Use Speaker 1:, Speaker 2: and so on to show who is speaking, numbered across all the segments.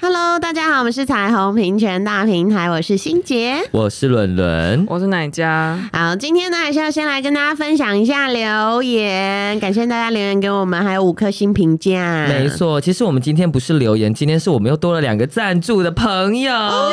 Speaker 1: Hello，大家好，我们是彩虹平权大平台，我是欣杰。
Speaker 2: 我是伦伦，
Speaker 3: 我是奶家，
Speaker 1: 好，今天呢还是要先来跟大家分享一下留言，感谢大家留言给我们，还有五颗星评价。
Speaker 2: 没，错。其实我们今天不是留言，今天是我们又多了两个赞助的朋友。
Speaker 4: Oh,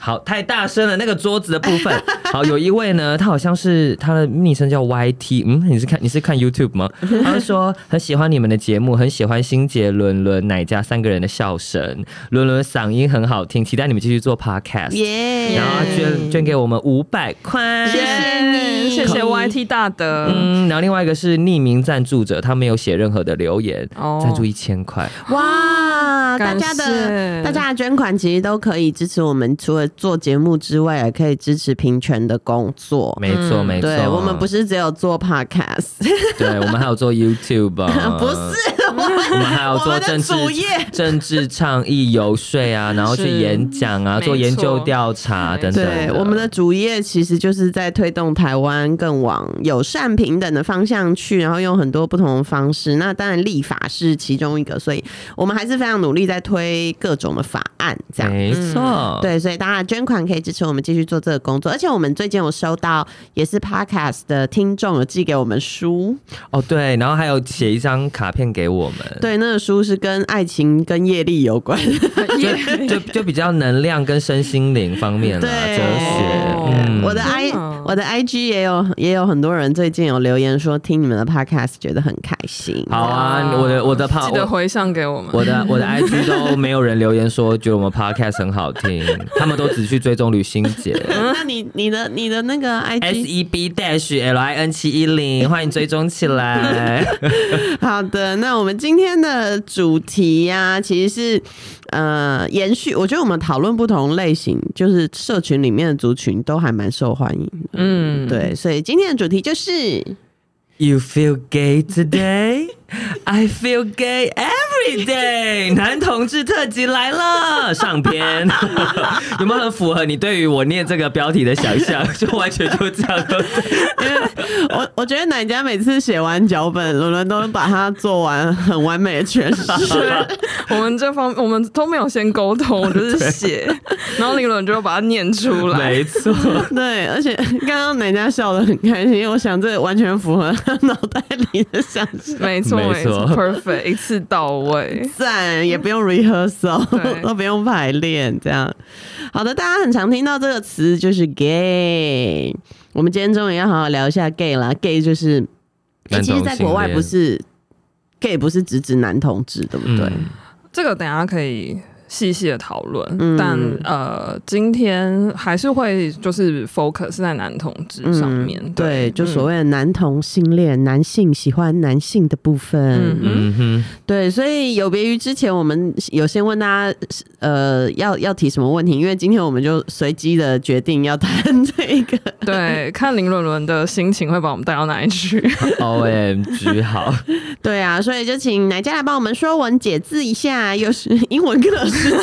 Speaker 2: 好，太大声了，那个桌子的部分。好，有一位呢，他好像是他的昵称叫 YT，嗯，你是看你是看 YouTube 吗？他就说很喜欢你们的节目，很喜欢新杰、伦伦、奶家三个人的笑声，伦伦嗓音很好听，期待你们继续做 Podcast。
Speaker 1: 耶、
Speaker 2: 然后他捐捐给我们五百块，
Speaker 1: 嗯谢谢你
Speaker 3: 谢谢 YT 大德。
Speaker 2: 嗯，然后另外一个是匿名赞助者，他没有写任何的留言，
Speaker 3: 哦
Speaker 2: 赞助一千块，
Speaker 1: 哇，大
Speaker 3: 感
Speaker 1: 家的
Speaker 3: 谢
Speaker 1: 大家的捐款其实都可以支持我们，除了做节目之外，也可以支持平权的工作。
Speaker 2: 没错、没错，
Speaker 1: 嗯对我们不
Speaker 2: 是，
Speaker 1: 是只有做 podcast，
Speaker 2: 对我们还有 做 YouTube，、啊、
Speaker 1: 不是
Speaker 2: 我们还有
Speaker 1: 我
Speaker 2: 做
Speaker 1: 们的
Speaker 2: 政治
Speaker 1: 主业
Speaker 2: 政治倡议、游说啊，然后去
Speaker 3: 是
Speaker 2: 演讲啊，
Speaker 3: 没
Speaker 2: 做研究
Speaker 3: 错
Speaker 2: 调查等等
Speaker 1: 对，我们的主业其实就是在推动台湾更往友善平等的方向去，然后用很多不同的方式。那当然，立法是其中一个，所以我们还是非常努力在推各种的法案，这样。
Speaker 2: 没错，
Speaker 1: 嗯对，所以大家捐款可以支持我们继续做这个工作，而且我们最近有收到也是 podcast 的听众有寄给我们书，
Speaker 2: 哦对，然后还有写一张卡片给我们，
Speaker 1: 对，那个书是跟爱情跟业力有关，
Speaker 2: 就就就比较能量跟身心灵方面啦，
Speaker 1: 对
Speaker 2: 哲
Speaker 3: 哦
Speaker 2: 学，嗯，
Speaker 1: 我的 I
Speaker 3: 真的哦
Speaker 1: 我的 IG 也有也有很多人最近有留言说听你们的 podcast 觉得很开心，
Speaker 2: 好啊，我的我的怕
Speaker 3: 嗯记得
Speaker 2: 我
Speaker 3: 回向给我们。
Speaker 2: 我的 我的 IG 都没有人留言说觉得我们 Podcast 很好听，他们都只去追踪旅行 节。
Speaker 1: 那你你的你的那个
Speaker 2: S
Speaker 1: IG
Speaker 2: E B dash L I N 七一零，欢迎追踪起来。
Speaker 1: 好的，那我们今天的主题呀、其实是呃延续，我觉得我们讨论不同类型，就是社群里面的族群都还蛮受欢迎的。
Speaker 3: 嗯，
Speaker 1: 对，所以今天的主题就是，
Speaker 2: You feel gay today? I feel gay every day. 男同志特辑来了，上 篇有没有很符合你对于我念这个标题的想 象？就完全就这样。
Speaker 1: 因为我我觉得奶家每次写完脚本，伦伦都把它做完很完美的诠 释。
Speaker 3: 我们这方我们都没有先沟通，我就是写，然后林伦就把它念出来。
Speaker 2: 没错，
Speaker 1: 对，而且刚刚奶家笑得很开心，因为我想这完全符合他脑袋里的想象。
Speaker 3: 没
Speaker 2: 没
Speaker 3: 错，没错
Speaker 2: 错
Speaker 3: ，perfect，一次到位。
Speaker 1: 赞，也不用 rehearsal，
Speaker 3: 对
Speaker 1: 都不用排练，这样。好的，大家很常听到这个词就是 gay，我们今天终于要好好聊一下 gay 啦。gay 就是，欸
Speaker 2: 男
Speaker 1: 其实，
Speaker 2: 同
Speaker 1: 在
Speaker 2: 性
Speaker 1: 国外
Speaker 2: 恋
Speaker 1: 不是 gay 不是直指男同志，对不对？
Speaker 2: 嗯
Speaker 3: 这个等一下可以细细的讨论，
Speaker 1: 嗯
Speaker 3: 但呃，今天还是会就是 focus 在男同志
Speaker 1: 嗯
Speaker 3: 上面，
Speaker 1: 对，就所
Speaker 3: 谓
Speaker 1: 谓的男同性恋，男性喜欢男性的部分，
Speaker 3: 嗯
Speaker 2: 嗯哼，
Speaker 1: 对，所以有别于之前我们有先问大家，呃，要要提什么问题，因为今天我们就随机的决定要谈这个，
Speaker 3: 对，看林伦伦的心情会把我们带到哪里去。
Speaker 2: O M G 好。
Speaker 1: 对啊，所以就请奶家来帮我们说文解字一下，又是英文课时间。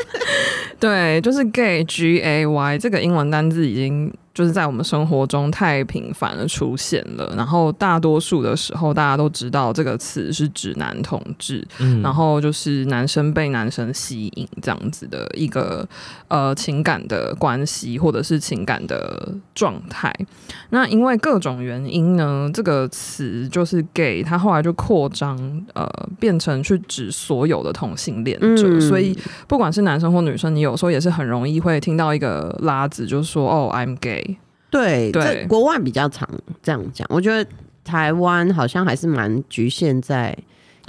Speaker 3: 对，就是 gay g a y 这个英文单字已经就是在我们生活中太频繁的出现了，然后大多数的时候大家都知道这个词是指男同志，
Speaker 2: 嗯
Speaker 3: 然后就是男生被男生吸引这样子的一个呃情感的关系或者是情感的状态。那因为各种原因呢，这个词就是 gay，它后来就扩张呃变成去指所有的同性恋者，
Speaker 1: 嗯
Speaker 3: 所以不管是男生或女生，你有时候也是很容易会听到一个拉子，就是说哦，I'm gay。
Speaker 1: 对，
Speaker 3: 对
Speaker 1: 这国外比较常这样讲，我觉得台湾好像还是蛮局限在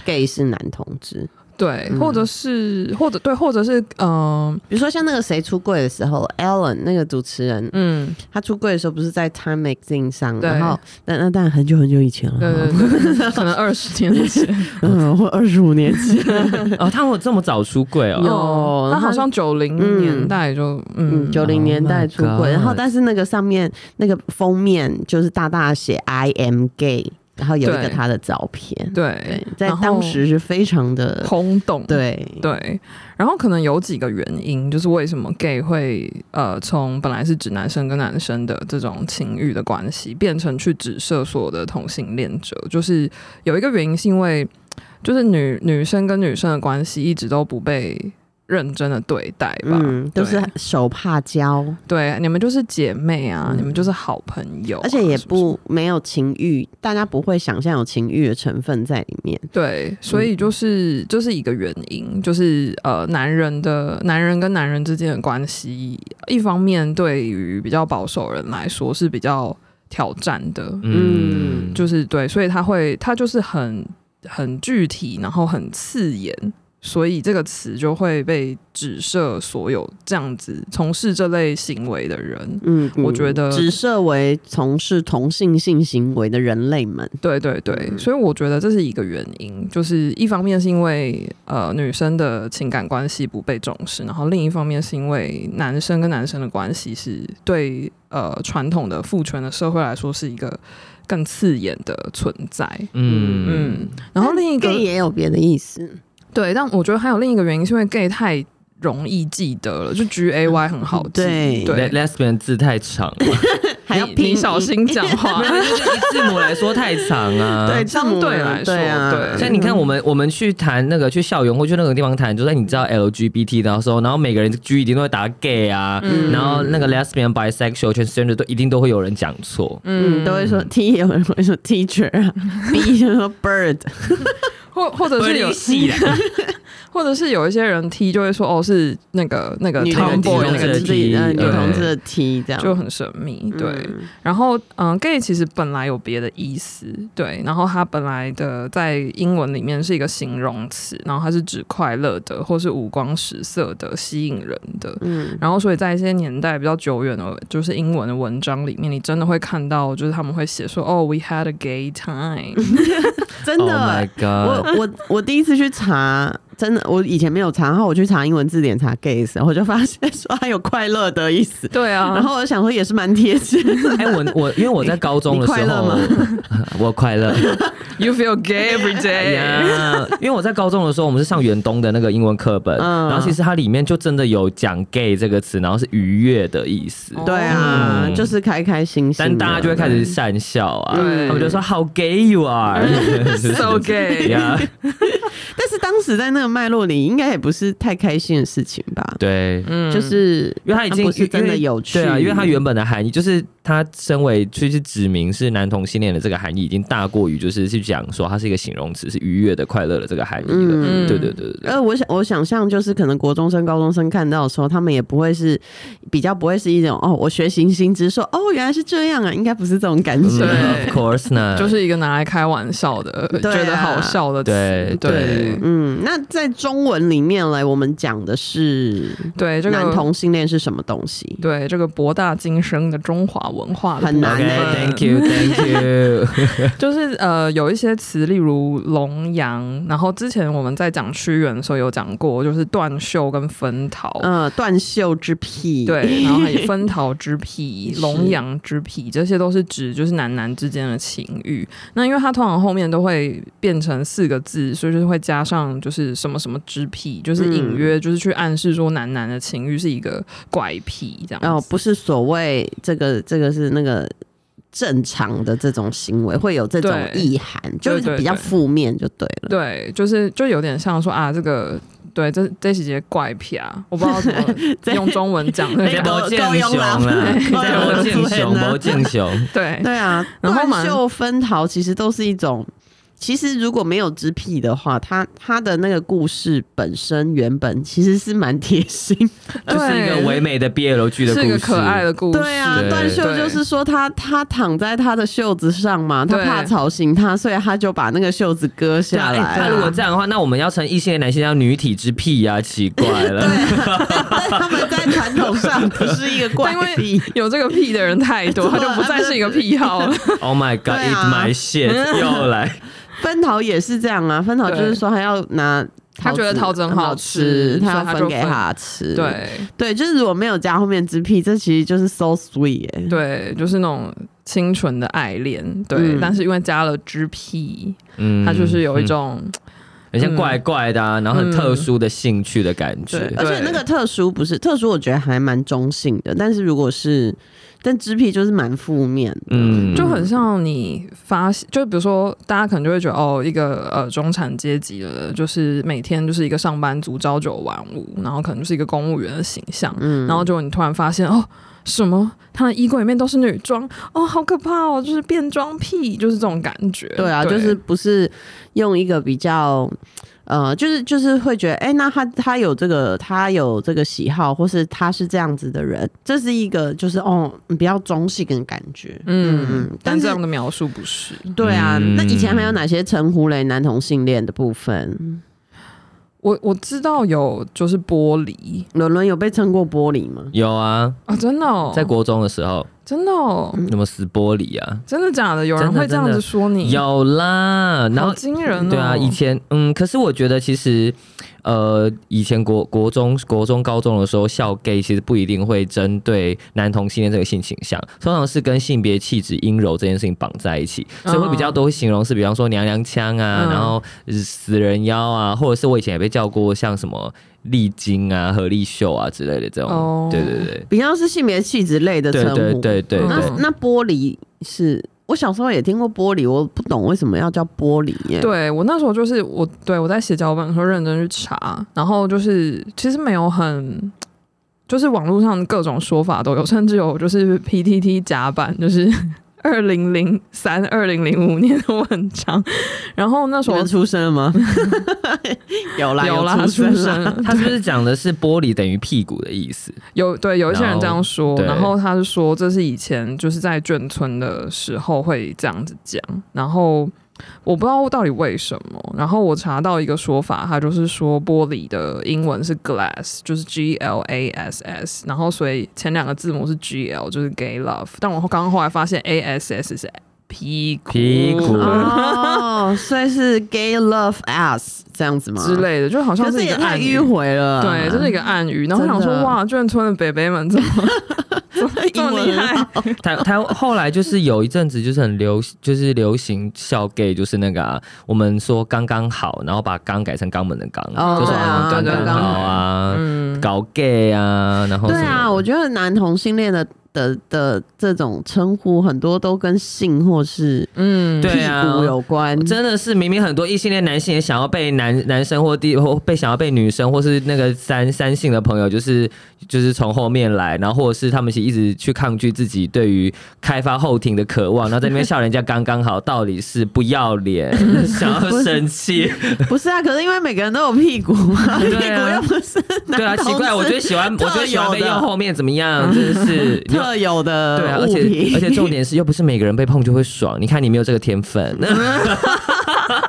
Speaker 1: gay 是男同志。
Speaker 3: 对，或者是或者对，或者是嗯
Speaker 1: 比如说像那个谁出柜的时候，Alan 那个主持人，
Speaker 3: 嗯，
Speaker 1: 他出柜的时候不是在 Time Magazine 上，
Speaker 3: 对
Speaker 1: 然后那那当然很久很久以前了，
Speaker 3: 对对对对，可能二十年前
Speaker 1: 嗯，或二十五年前，
Speaker 2: 哦，他有这么早出柜哦
Speaker 1: 有，
Speaker 3: 嗯他好像九零
Speaker 1: 嗯
Speaker 3: 年代就嗯
Speaker 1: 嗯，九零年代出
Speaker 2: Oh my
Speaker 1: 柜，
Speaker 2: God
Speaker 1: 然后但是那个上面那个封面就是大大写 I am gay，然后有一个
Speaker 3: 对
Speaker 1: 他的照片，
Speaker 3: 对
Speaker 1: 对，，在
Speaker 3: 然后
Speaker 1: 当时是非常的
Speaker 3: 轰动，
Speaker 1: 对
Speaker 3: 对，然后可能有几个原因，就是为什么 gay 会呃从本来是指男生跟男生的这种情欲的关系，变成去指涉所有的同性恋者，就是有一个原因是因为就是女女生跟女生的关系一直都不被。认真的对待吧，
Speaker 1: 嗯，都是
Speaker 3: 对
Speaker 1: 手帕胶，
Speaker 3: 对，你们就是姐妹啊，
Speaker 1: 嗯
Speaker 3: 你们就是好朋友啊、
Speaker 1: 而且也
Speaker 3: 是是
Speaker 1: 不没有情欲，大家不会想象有情欲的成分在里面。
Speaker 3: 对，所以就是这、是一个原因，就是呃，男人的男人跟男人之间的关系，一方面对于比较保守人来说是比较挑战的，
Speaker 2: 嗯，
Speaker 3: 就是对，所以他会他就是很很具体，然后很刺眼。所以这个词就会被指涉所有这样子从事这类行为的人，
Speaker 1: 嗯，
Speaker 3: 我
Speaker 1: 嗯
Speaker 3: 觉得
Speaker 1: 只设为从事同性性行为的人类们，
Speaker 3: 对对对，所以我觉得这是一个原因，就是一方面是因为呃女生的情感关系不被重视，然后另一方面是因为男生跟男生的关系是对呃传统的父权的社会来说是一个更刺眼的存在。
Speaker 2: 嗯
Speaker 3: 嗯，然后另一个
Speaker 1: 但 gay 也有别的意思。
Speaker 3: 对，但我觉得还有另一个原因是因为 gay 太容易记得了，就 G A Y 很好记，
Speaker 1: 对
Speaker 2: ，le-
Speaker 3: 对，
Speaker 2: lesbian 字太长了，
Speaker 1: 还要
Speaker 3: 你
Speaker 1: 拼
Speaker 3: 你小心讲话
Speaker 2: 没。有就是以字母来说太长啊，
Speaker 1: 对，
Speaker 3: 相
Speaker 1: 字 母
Speaker 3: 对来说
Speaker 1: 对啊，
Speaker 3: 对
Speaker 2: 所以你看，我们我们去谈那个去校园或去那个地方谈，就是哎你知道 LGBT 的时候，然后每个人 G 一定都会打 gay 啊，
Speaker 3: 嗯
Speaker 2: 然后那个 lesbian、bisexual、transgender 都一定都会有人讲错。
Speaker 1: 嗯，都会说 T，有人会说 teacher 啊 ，B 就说 bird，
Speaker 3: 或或者是有
Speaker 2: 戏啦，
Speaker 3: 或者是有一些人 T 就会说哦是那个那个
Speaker 1: 女
Speaker 2: 的
Speaker 3: tomboy
Speaker 2: 女同
Speaker 3: 那个
Speaker 2: 志
Speaker 3: T，
Speaker 2: T，
Speaker 1: 呃女
Speaker 2: 对
Speaker 1: 同志的 T 这样，
Speaker 3: 就很神秘，对。
Speaker 1: 嗯
Speaker 3: 然后，嗯、g a y 其实本来有别的意思，对。然后它本来的在英文里面是一个形容词，然后它是指快乐的，或是五光十色的、吸引人的。
Speaker 1: 嗯
Speaker 3: 然后，所以在一些年代比较久远的，就是英文的文章里面，你真的会看到，就是他们会写说，哦，we had a gay time，
Speaker 1: 真
Speaker 2: Oh my
Speaker 1: 的，
Speaker 2: god！
Speaker 1: 我我我第一次去查，真的，我以前没有查，然后我去查英文字典查 gay 时，我就发现说它有快乐的意思，
Speaker 3: 对啊。
Speaker 1: 然后我想说也是蛮贴切的，
Speaker 2: 哎，我我因为我在高中的时
Speaker 1: 你快乐
Speaker 2: 候
Speaker 1: 吗，
Speaker 2: 我快乐
Speaker 3: you feel gay every day，
Speaker 2: 呀。因为我在高中的时候，我们是上远东的那个英文课本，
Speaker 1: 嗯
Speaker 2: 然后其实它里面就真的有讲 gay 这个词，然后是愉悦的意思。
Speaker 3: 哦
Speaker 1: 对啊，
Speaker 2: 嗯
Speaker 1: 就是开开心心的，
Speaker 2: 但
Speaker 1: 嗯
Speaker 2: 大家就会开始讪笑啊，
Speaker 3: 对
Speaker 2: 他们就说 “How gay you are”，
Speaker 3: 嗯 So gay
Speaker 2: 呀，
Speaker 1: 但是当时在那个脉络里，应该也不是太开心的事情吧？
Speaker 2: 对，
Speaker 3: 嗯
Speaker 1: 就是
Speaker 2: 因为他已经
Speaker 1: 不是真
Speaker 2: 因
Speaker 1: 的
Speaker 2: 为
Speaker 1: 有趣，
Speaker 2: 对啊，因为它原本的含义就是它身为就是指明是男同性恋的这个含义，已经大过于就是去讲说它是一个形容词，是愉悦的、快乐的这个含义了。
Speaker 3: 嗯
Speaker 2: 对对对对对。
Speaker 1: 呃，我想我想象就是可能国中生、高中生看到的时候，他们也不会是比较不会是一种哦，我学行星之说哦，原来是这样啊，应该不是这种感 觉。
Speaker 2: 嗯 Of course 呢，
Speaker 3: 就是一个拿来开玩笑的，
Speaker 1: 对啊
Speaker 3: 觉得好笑的词。
Speaker 2: 对
Speaker 3: 对
Speaker 1: 嗯，那在中文里面来，我们讲的是
Speaker 3: 对，这
Speaker 1: 男
Speaker 3: 个
Speaker 1: 同性恋是什么东西？
Speaker 3: 对这个博大精深的中华文化的
Speaker 1: 很难
Speaker 2: OK，Thank you，Thank you。
Speaker 3: 就是呃有一些词，例如龙阳，然后之前我们在讲屈原的时候有讲过，就是断袖跟分桃。
Speaker 1: 呃，断袖之 癖，，
Speaker 3: 对，然后还有分桃之癖、
Speaker 1: 是
Speaker 3: 龙阳之癖，这些都是指就是男男之间的情欲。那因为它通常后面都会变成四个字，所以就是会加上就是什么什么之癖，就是隐
Speaker 1: 嗯
Speaker 3: 约就是去暗示说男男的情欲是一个怪癖这样子。
Speaker 1: 哦，不是所谓这个这个是那个。正常的这种行为会有这种
Speaker 3: 对
Speaker 1: 意涵，就
Speaker 3: 对
Speaker 1: 是
Speaker 3: 对
Speaker 1: 比较
Speaker 3: 对
Speaker 1: 负面就对了。
Speaker 3: 对，就是就有点像说啊，这个对，这这几节怪癖啊，我不知道怎 么用中文讲那
Speaker 2: 这
Speaker 1: 那个
Speaker 3: 个。
Speaker 2: 波剑雄 啦，这波剑雄，波剑雄。
Speaker 3: 对
Speaker 1: 对啊，
Speaker 3: 然后
Speaker 1: 断
Speaker 3: 蛮
Speaker 1: 袖分桃其实都是一种其实如果没有之癖的话，他他的那个故事本身原本其实是蛮贴心的
Speaker 2: 就是一个唯美的 BL 剧的故事，
Speaker 3: 是一个可爱的故事，
Speaker 1: 对啊，
Speaker 2: 对
Speaker 1: 段秀就是说他他躺在他的袖子上嘛，他
Speaker 3: 对
Speaker 1: 怕吵醒他，所以他就把那个袖子割
Speaker 2: 对
Speaker 1: 下
Speaker 2: 啊。
Speaker 1: 来
Speaker 2: 哎那如果
Speaker 1: 啊。
Speaker 2: 这样的话，那我们要成异性的男性要女体之癖呀、奇怪了。
Speaker 1: 但 他们在传统上不是一个怪
Speaker 3: 但因
Speaker 1: 癖
Speaker 3: 为。有这个癖的人太 多，
Speaker 2: 啊
Speaker 3: 他就不再是一个癖好了。
Speaker 2: Oh my
Speaker 1: 对
Speaker 2: god,
Speaker 1: 啊
Speaker 2: eat my shit，又 来。
Speaker 1: 芬桃也是这样啊，芬桃就是说他要拿
Speaker 3: 他
Speaker 1: 桃子
Speaker 3: 觉得桃子很好吃
Speaker 1: 他
Speaker 3: 所
Speaker 1: 要
Speaker 3: 以他就
Speaker 1: 分给
Speaker 3: 分
Speaker 1: 他吃。
Speaker 3: 对
Speaker 1: 对，就是如果没有加后面之癖，这其实就是 so sweet 哎、
Speaker 3: 对，就是那种清纯的爱恋，对。
Speaker 1: 嗯
Speaker 3: 但是因为加了之癖，
Speaker 2: 嗯
Speaker 3: 它就是有一种、
Speaker 1: 嗯
Speaker 3: 嗯
Speaker 2: 很像怪怪的、啊，然后很特殊的兴趣的感觉。
Speaker 1: 而且那个特殊不是特殊，我觉得还蛮中性的。但是如果是，但之癖就是蛮负面的，
Speaker 2: 嗯
Speaker 3: 就很像你发现，就比如说大家可能就会觉得哦，一个呃中产阶级的，就是每天就是一个上班族朝九晚五，然后可能就是一个公务员的形象，
Speaker 1: 嗯
Speaker 3: 然后就你突然发现哦。什么？他的衣柜里面都是女装哦，好可怕哦！就是变装癖，就是这种感觉。
Speaker 1: 对啊，就是不是用一个比较。呃，就是就是会觉得，哎、那他他有这个，他有这个喜好，或是他是这样子的人，这是一个就是哦，比较中性的感觉。
Speaker 3: 嗯，但
Speaker 1: 但
Speaker 3: 这
Speaker 1: 是
Speaker 3: 样的描述不是。
Speaker 1: 对啊，
Speaker 2: 嗯
Speaker 1: 那以前还有哪些称呼嘞？男同性恋的部分，
Speaker 3: 我我知道有就是玻璃
Speaker 1: 伦伦有被称过玻璃吗？
Speaker 2: 有啊，
Speaker 3: 啊、真的、哦，
Speaker 2: 在国中的时候，
Speaker 3: 真的、哦，
Speaker 2: 什么撕玻璃啊，
Speaker 3: 真的假的？有人
Speaker 2: 真的
Speaker 3: 会这样
Speaker 2: 真
Speaker 3: 子
Speaker 2: 的
Speaker 3: 说你？
Speaker 2: 有啦。然
Speaker 3: 好
Speaker 2: 后
Speaker 3: 惊人哦！
Speaker 2: 对啊，以前嗯，可是我觉得其实，呃，以前国国中、国中、高中的时候，校 gay 其实不一定会针对男同性恋这个性倾向，通常是跟性别气质阴柔这件事情绑在一起，所以会比较多形容是，比方说娘娘腔啊，
Speaker 3: 哦嗯
Speaker 2: 然后死人妖啊，或者是我以前也被叫过像什么丽晶啊、何丽秀啊之类的这种，
Speaker 3: 哦
Speaker 2: 对对对。
Speaker 1: 比较是性别气质类的
Speaker 2: 对
Speaker 1: 称呼。
Speaker 2: 对对对
Speaker 3: 嗯
Speaker 1: 那
Speaker 2: 对，
Speaker 1: 那玻璃是我小时候也听过玻璃，我不懂为什么要叫玻璃耶。
Speaker 3: 对我那时候就是我对我在写脚本的时候认真去查，然后就是其实没有很，就是网络上各种说法都有，甚至有就是 PTT 甲板，就是 二零零三、二零零五年的文章。然后那时
Speaker 1: 你
Speaker 3: 候
Speaker 1: 们出生 了吗？有啦，
Speaker 3: 有
Speaker 2: 啊
Speaker 3: 啦，
Speaker 1: 出
Speaker 3: 出
Speaker 1: 生
Speaker 3: 生
Speaker 1: 啦。
Speaker 3: 了
Speaker 2: 他是不是讲的是玻璃等于屁股的意思？
Speaker 3: 有对有一些人这样
Speaker 2: 然后
Speaker 3: 说，
Speaker 2: 对
Speaker 3: 然后他是说这是以前就是在眷村的时候会这样子讲，然后我不知道到底为什么，然后我查到一个说法，他就是说玻璃的英文是 glass，就是 G L A S S，然后所以前两个字母是 G L，就是 gay love，但我刚刚后来发现 A S S 是屁股啊
Speaker 2: 屁股
Speaker 1: 啊哦，所以是 gay love ass 这样子吗？
Speaker 3: 之，类的，就好像
Speaker 1: 可是
Speaker 3: 一
Speaker 1: 也
Speaker 3: 个
Speaker 1: 太
Speaker 3: 暗语
Speaker 1: 迂。回了。
Speaker 3: 对，这是一个暗语，然后我想
Speaker 1: 真
Speaker 3: 说，
Speaker 1: 的
Speaker 3: 哇，眷村的北北们怎么 怎么这么厉
Speaker 1: 英文啊
Speaker 3: 害？
Speaker 2: 台台后来就是有一阵子就是很流，就是流行笑 gay，就是那个、啊、我们说刚刚好，然后把刚改成肛门的肛，
Speaker 1: 哦
Speaker 2: 就是
Speaker 1: 对啊
Speaker 2: 刚
Speaker 3: 对
Speaker 2: 刚
Speaker 3: 刚
Speaker 2: 好
Speaker 3: 好
Speaker 2: 啊，
Speaker 3: 嗯，
Speaker 2: 搞 gay 啊，然后
Speaker 1: 对
Speaker 2: 什
Speaker 1: 啊，
Speaker 2: 么
Speaker 1: 我觉得男同性恋的的的这种称呼，很多都跟性或是
Speaker 3: 嗯
Speaker 2: 对
Speaker 1: 屁
Speaker 2: 啊
Speaker 1: 股有关。
Speaker 2: 真的是明明很多异性恋男性也想要被男男生或第或被想要被女生或是那个三三性的朋友，就是就是从后面来，然后或者是他们是一直去抗拒自己对于开发后庭的渴望，然后在那边笑人家刚刚好，到底是不要脸，想要生气。
Speaker 1: 不是啊，可是因为每个人都有屁股嘛，屁
Speaker 2: 对
Speaker 1: 股
Speaker 2: 啊
Speaker 1: 又不是男
Speaker 2: 对啊，
Speaker 1: 同
Speaker 2: 奇怪，
Speaker 1: 志
Speaker 2: 我觉得喜欢，我
Speaker 1: 特
Speaker 2: 觉
Speaker 1: 有的
Speaker 2: 得喜欢被用后面怎么样，真的 是你又
Speaker 1: 特有的
Speaker 2: 对啊，
Speaker 1: 物
Speaker 2: 而且
Speaker 1: 品
Speaker 2: 而且重点是，又不是每个人被碰就会爽。你看你没有这个天分，
Speaker 1: 嗯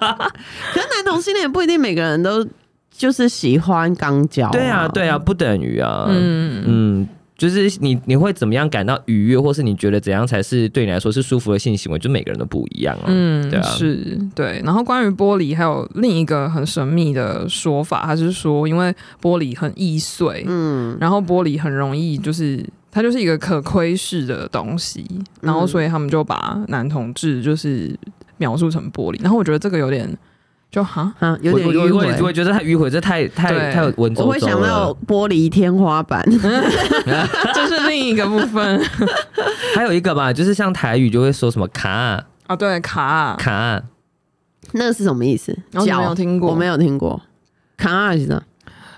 Speaker 1: 可是男同性恋不一定每个人都就是喜欢肛交、
Speaker 2: 对啊，对
Speaker 1: 啊，
Speaker 2: 啊，不等于啊，嗯
Speaker 3: 嗯
Speaker 2: 嗯。就是你，你会怎么样感到愉悦，或是你觉得怎样才是对你来说是舒服的性行为？就每个人都不一样啊。
Speaker 3: 嗯，
Speaker 2: 对啊
Speaker 3: 是对。然后关于玻璃，还有另一个很神秘的说法，它是说因为玻璃很易碎，
Speaker 1: 嗯，
Speaker 3: 然后玻璃很容易就是它就是一个可窥视的东西，
Speaker 1: 嗯
Speaker 3: 然后所以他们就把男同志就是描述成玻璃。然后我觉得这个有点就 哈，
Speaker 1: 啊，有
Speaker 2: 我
Speaker 1: 点
Speaker 2: 我我
Speaker 1: 迂
Speaker 2: 我
Speaker 1: 回。
Speaker 2: 觉得太迂回，这太太
Speaker 3: 对
Speaker 2: 太文绉绉了。
Speaker 1: 我会想到玻璃天花板，
Speaker 3: 这是另一个部分
Speaker 2: 还有一个吧，就是像台语就会说什么卡
Speaker 3: 啊。对，卡
Speaker 2: 卡，
Speaker 1: 那是什么意思？
Speaker 2: 哦
Speaker 3: 然后你没有听过
Speaker 1: 我没有听过。卡二是什么？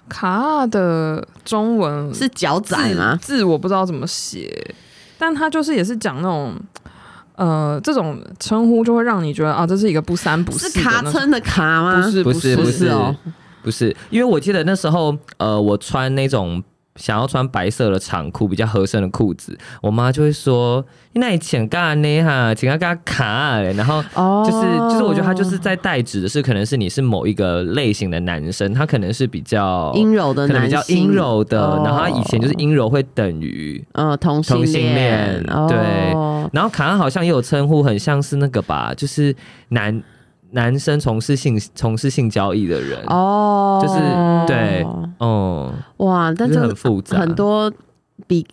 Speaker 3: 卡的中
Speaker 2: 嗯
Speaker 3: 文
Speaker 1: 是脚仔吗？
Speaker 3: 字我不知道怎么写，但他就是也是讲那种。呃这种称呼就会让你觉得啊，这是一个不三不四
Speaker 1: 是
Speaker 3: 的
Speaker 1: 卡
Speaker 3: 那种
Speaker 1: 称的卡吗？
Speaker 3: 不是
Speaker 2: 不
Speaker 3: 是
Speaker 2: 是
Speaker 1: 不
Speaker 2: 不
Speaker 1: 是
Speaker 2: 是
Speaker 1: 哦
Speaker 2: 不是，因为我记得那时候，呃，我穿那种想要穿白色的长裤，比较合身的裤子，我妈就会说：“你那你请干呢哈，请干干卡嘞。”然后
Speaker 1: 哦
Speaker 2: 就是就是，我觉得她就是在代指的是，可能是你是某一个类型的男生，他可能是比较
Speaker 1: 阴柔的
Speaker 2: 可能
Speaker 1: 男
Speaker 2: 比较
Speaker 1: 性，
Speaker 2: 阴柔的，
Speaker 1: 哦
Speaker 2: 然后他以前就是阴柔会等于。
Speaker 1: 呃同性
Speaker 2: 同性恋对
Speaker 1: 哦
Speaker 2: 然后卡好像也有称呼，很像是那个吧，就是男男生从事性从事性交易的人，
Speaker 1: 哦，
Speaker 2: 就是对哦、
Speaker 1: 哇，但
Speaker 2: 就是
Speaker 1: 这
Speaker 2: 很复杂，
Speaker 1: 很多比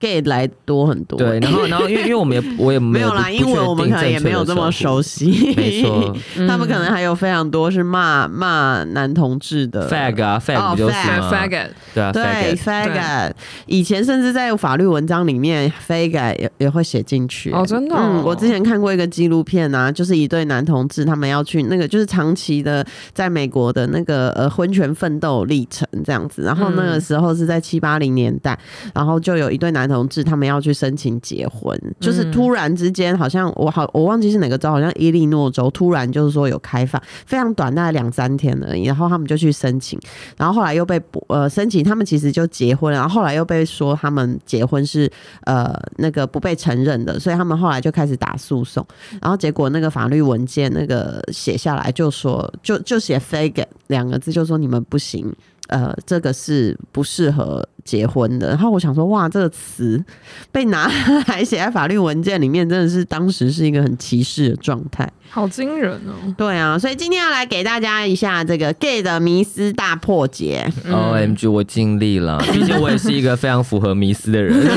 Speaker 1: gay 来多很多，
Speaker 2: 对，然后然后因为因为我们也 我也
Speaker 1: 没
Speaker 2: 没
Speaker 1: 有啦，
Speaker 2: 不
Speaker 1: 因为我们可能也没有这么熟，悉，
Speaker 2: 不确定正确的 称呼没错。
Speaker 1: 嗯他们可能还有非常多是骂骂男同志的
Speaker 2: fag 啊
Speaker 1: 哦
Speaker 2: ，fag 不就是
Speaker 3: 对
Speaker 2: 吗
Speaker 3: 嗯 faggot，
Speaker 2: 对啊
Speaker 1: 对
Speaker 2: fag，
Speaker 1: faggot，以前甚至在法律文章里面，faggot 也也会写进去。
Speaker 3: 哦真的哦
Speaker 1: 嗯，我之前看过一个纪录片啊，就是一对男同志，他们要去那个就是长期的在美国的那个呃婚权奋斗历程这样子。然后那
Speaker 3: 嗯
Speaker 1: 个时候是在七八零年代，然后就有一对男同志，他们要去申请结婚，就是突然之间，好像我好我忘记是哪个州，好像伊利诺州突然就是说有开放，非常短，大概两三天而已，然后他们就去申请，然后后来又被驳呃申请，他们其实就结婚了，然后后来又被说他们结婚是呃那个不被承认的，所以他们后来就开始打诉讼，然后结果那个法律文件那个写下来就说就就写 faggot 两个字，就说你们不行。呃，这个是不适合结婚的。然后我想说，哇，这个词被拿来写在法律文件里面，真的是当时是一个很歧视的状态。
Speaker 3: 好惊人哦！
Speaker 1: 对啊，所以今天要来给大家一下这个 gay 的迷思大破解。
Speaker 2: 嗯 O M G，我尽力了，毕竟我也是一个非常符合迷思的人。